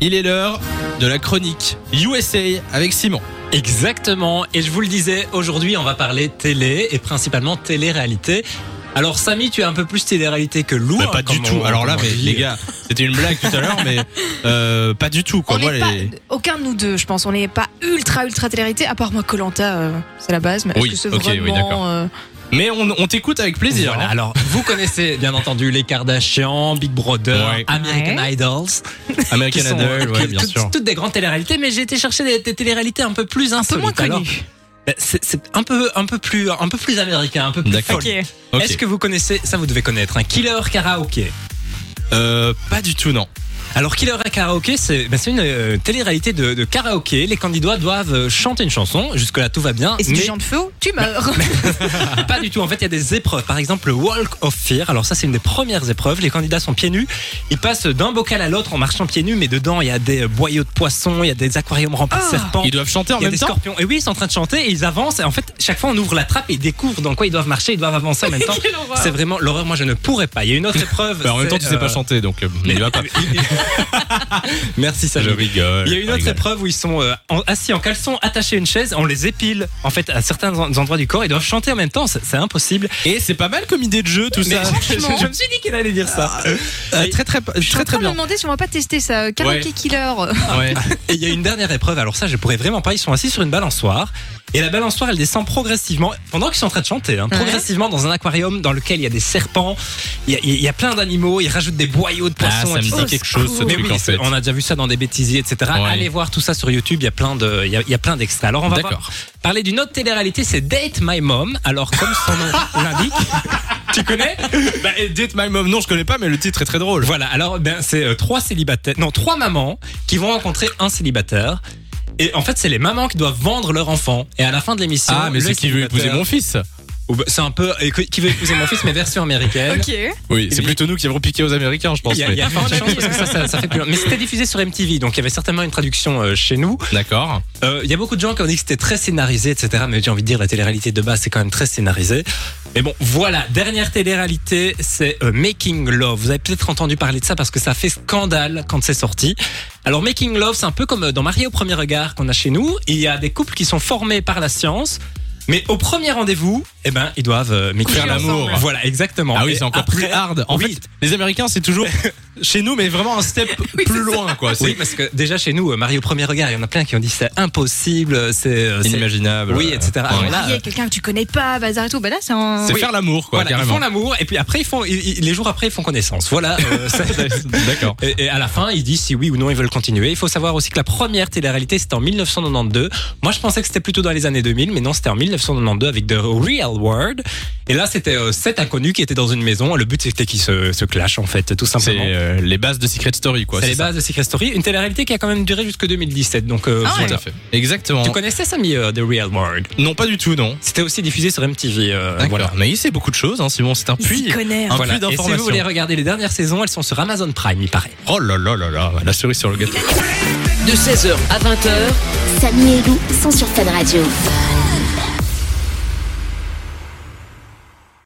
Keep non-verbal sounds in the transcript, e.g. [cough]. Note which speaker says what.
Speaker 1: Il est l'heure de la chronique USA avec Simon.
Speaker 2: Exactement. Et je vous le disais, aujourd'hui, on va parler télé et principalement télé-réalité. Alors, Samy, tu es un peu plus télé-réalité que Lou.
Speaker 1: Mais
Speaker 2: hein,
Speaker 1: Bah, pas du
Speaker 2: comme
Speaker 1: tout.
Speaker 2: on-
Speaker 1: Alors là,
Speaker 2: comme on
Speaker 1: mais
Speaker 2: dit.
Speaker 1: les gars, c'était une blague tout à l'heure, [laughs] mais euh, pas du tout. Quoi.
Speaker 3: On
Speaker 1: Moi,
Speaker 3: n'est pas,
Speaker 1: les-
Speaker 3: aucun de nous deux, je pense. On n'est pas ultra, ultra télérité, à part moi, Colanta, euh, c'est la base. Mais
Speaker 1: Oui,
Speaker 3: est-ce que c'est
Speaker 1: ok, oui,
Speaker 3: vraiment,
Speaker 1: d'accord.
Speaker 3: euh,
Speaker 1: Mais on, on t'écoute avec plaisir.
Speaker 2: Voilà.
Speaker 1: hein.
Speaker 2: Alors, vous connaissez bien entendu les Kardashians, Big Brother,
Speaker 1: Ouais.
Speaker 2: American
Speaker 3: Ouais.
Speaker 2: Idols, qui
Speaker 1: American
Speaker 2: sont
Speaker 1: Idol, ouais,
Speaker 2: qui-
Speaker 1: bien
Speaker 2: toutes,
Speaker 1: sûr.
Speaker 2: toutes des grandes télé-réalités. Mais j'ai été chercher des, des télé-réalités un peu plus
Speaker 3: un peu
Speaker 2: insolites.
Speaker 3: moins
Speaker 2: Alors,
Speaker 3: connu.
Speaker 2: bah, c'est c'est un peu, un peu plus, un peu plus américain, un peu plus.
Speaker 1: D'accord.
Speaker 2: folk.
Speaker 3: Ok.
Speaker 1: Ok.
Speaker 2: Est-ce que vous connaissez Ça, vous devez connaître. Un killer karaoké.
Speaker 1: Euh, pas du tout, non.
Speaker 2: Alors Killer à Karaoke, c'est ben, c'est une euh, télé-réalité de, de karaoké. Les candidats doivent euh, chanter une chanson. Jusque-là, tout va bien.
Speaker 3: Et c'est
Speaker 2: mais
Speaker 3: du genre de feu, tu meurs.
Speaker 2: [laughs] pas du tout. En fait, il y a des épreuves. Par exemple, le Walk of Fear. Alors ça, c'est une des premières épreuves. Les candidats sont pieds nus. Ils passent d'un bocal à l'autre en marchant pieds nus. Mais dedans, il y a des euh, boyaux de poissons, il y a des aquariums remplis
Speaker 3: Ah.
Speaker 2: de serpents.
Speaker 1: Ils doivent chanter en
Speaker 2: Il y a
Speaker 1: même
Speaker 2: des
Speaker 1: temps.
Speaker 2: scorpions. Et oui, ils sont en train de chanter et ils avancent. Et en fait, chaque fois, on ouvre la trappe et ils découvrent dans quoi ils doivent marcher, ils doivent avancer en
Speaker 1: [laughs]
Speaker 2: même
Speaker 3: [laughs]
Speaker 2: temps. C'est vraiment l'horreur. Moi, je ne pourrais pas. Il y a une autre épreuve.
Speaker 1: Bah, en même temps, tu
Speaker 2: c'est,
Speaker 1: sais pas
Speaker 2: euh,
Speaker 1: chanter, donc euh, il va [laughs] pas.
Speaker 2: Merci,
Speaker 1: Je
Speaker 2: Samuel.
Speaker 1: rigole.
Speaker 2: Il y a une
Speaker 1: je
Speaker 2: autre
Speaker 1: rigole.
Speaker 2: épreuve où ils sont euh, en- assis en caleçon, attachés à une chaise, on les épile en fait à certains en- endroits du corps, ils doivent chanter en même temps, c'est c'est impossible.
Speaker 1: Et c'est pas mal comme idée de jeu, tout [laughs] ça.
Speaker 2: je,
Speaker 3: franchement.
Speaker 2: [laughs] je me suis dit qu'il allait dire ça.
Speaker 1: Euh, très très très
Speaker 3: Très,
Speaker 1: très
Speaker 3: me
Speaker 1: bien.
Speaker 3: demander si on va pas tester ça. euh, Karaoke
Speaker 1: Ouais.
Speaker 3: Killer.
Speaker 1: Ouais.
Speaker 2: Et il y a une dernière épreuve, alors ça je pourrais vraiment pas, ils sont assis sur une balançoire. Et la balançoire, elle descend progressivement, pendant qu'ils sont en train de chanter, hein,
Speaker 3: Ouais.
Speaker 2: progressivement dans un aquarium dans lequel il y a des serpents, il y a, il y a plein d'animaux, ils rajoutent des boyaux de
Speaker 1: Ah,
Speaker 2: poissons.
Speaker 1: ça me
Speaker 2: etc.
Speaker 1: dit quelque chose ce
Speaker 2: Mais
Speaker 1: truc
Speaker 2: oui,
Speaker 1: en
Speaker 2: c'est-
Speaker 1: fait.
Speaker 2: on a déjà vu ça dans des bêtisiers, etc.
Speaker 1: Ouais.
Speaker 2: Allez voir tout ça sur YouTube, il y a plein de, il y a, il y a plein d'extraits. Alors on va
Speaker 1: D'accord.
Speaker 2: voir- parler d'une autre télé-réalité, c'est Date My Mom. Alors comme son nom [laughs] l'indique, tu connais
Speaker 1: Bah, et Date My Mom, non, je connais pas, mais le titre est très drôle.
Speaker 2: Voilà. Alors ben c'est euh, trois célibataires, non trois mamans qui vont rencontrer un célibataire. Et en fait, c'est les mamans qui doivent vendre leur enfant. Et à la fin de l'émission,
Speaker 1: Ah, mais
Speaker 2: le
Speaker 1: c'est qui veut épouser
Speaker 2: célibataire-
Speaker 1: mon fils
Speaker 2: Oh, bah, C'est un peu euh, qui veut épouser mon fils, mais version américaine.
Speaker 3: [laughs] Ok.
Speaker 1: Oui,
Speaker 2: c'est
Speaker 1: c'est plutôt nous qui avons piqué aux Américains, je pense.
Speaker 2: Il y a, il y a fort de chance parce que ça, ça, ça fait plus long. Mais c'était diffusé sur MTV, donc il y avait certainement une traduction euh, chez nous.
Speaker 1: D'accord.
Speaker 2: Euh, Il y a beaucoup de gens qui ont dit que c'était très scénarisé, etc. Mais j'ai envie de dire, la télé-réalité de base, c'est quand même très scénarisé. Mais bon, voilà, dernière télé-réalité, c'est euh, Making Love. Vous avez peut-être entendu parler de ça parce que ça fait scandale quand c'est sorti. Alors Making Love, c'est un peu comme euh, dans Marié au premier regard qu'on a chez nous. Il y a des couples qui sont formés par la science. Mais au premier rendez-vous, eh ben, ils doivent euh, making
Speaker 1: Faire
Speaker 2: love.
Speaker 1: l'amour.
Speaker 2: Voilà, exactement.
Speaker 1: Ah oui,
Speaker 2: Et
Speaker 1: c'est encore plus
Speaker 2: après-
Speaker 1: hard. En
Speaker 2: Oui.
Speaker 1: fait, les Américains, c'est
Speaker 2: [laughs]
Speaker 1: toujours chez nous, mais vraiment un step
Speaker 3: Oui,
Speaker 1: plus
Speaker 3: c'est ça.
Speaker 1: loin, quoi. C'est
Speaker 2: Oui, parce que déjà chez nous, euh, Marié au premier regard, il y en a plein qui ont dit c'est impossible, euh, c'est euh, c'est-
Speaker 1: inimaginable.
Speaker 2: Oui, etc. Alors là,
Speaker 3: Il y a quelqu'un que tu connais pas, bazar et tout. Bah là, c'est un.
Speaker 1: C'est
Speaker 2: Oui.
Speaker 1: faire l'amour, quoi,
Speaker 2: Voilà, ils font
Speaker 1: carrément.
Speaker 2: l'amour et puis après ils font ils- ils- les jours après ils font connaissance. Voilà.
Speaker 1: [laughs]
Speaker 2: euh, ça-
Speaker 1: D'accord.
Speaker 2: et, et à la fin ils disent si oui ou non ils veulent continuer. Il faut savoir aussi que la première télé-réalité c'était en 1992. Moi je pensais que c'était plutôt dans les années 2000 mais non c'était en 1992 avec The Real World. Et là c'était euh, sept inconnus qui étaient dans une maison. Le but c'était qu'ils se, se clashent en fait tout
Speaker 1: C'est
Speaker 2: simplement.
Speaker 1: euh, les bases de Secret Story, quoi.
Speaker 2: C'est les
Speaker 1: ça.
Speaker 2: bases de Secret Story, une télé-réalité qui a quand même duré jusque 2017. Donc euh,
Speaker 3: Ah ouais.
Speaker 1: Tout
Speaker 2: voilà.
Speaker 1: à fait. Exactement.
Speaker 2: Tu connaissais Samy euh, The Real World
Speaker 1: Non, pas du tout, non.
Speaker 2: C'était aussi diffusé sur MTV. euh,
Speaker 1: D'accord.
Speaker 2: voilà.
Speaker 1: Mais il sait beaucoup de choses, hein, Simon. C'est un
Speaker 3: Il s'y
Speaker 1: puits.
Speaker 3: connaît.
Speaker 1: Un
Speaker 2: hein.
Speaker 1: puits
Speaker 2: Voilà. Et si vous
Speaker 1: d'informations.
Speaker 2: voulez regarder les dernières saisons, elles sont sur Amazon Prime, il paraît.
Speaker 1: Oh là là là là, la cerise sur le gâteau.
Speaker 4: De 16h à 20h,
Speaker 5: Samy et Lou sont sur Fan Radio.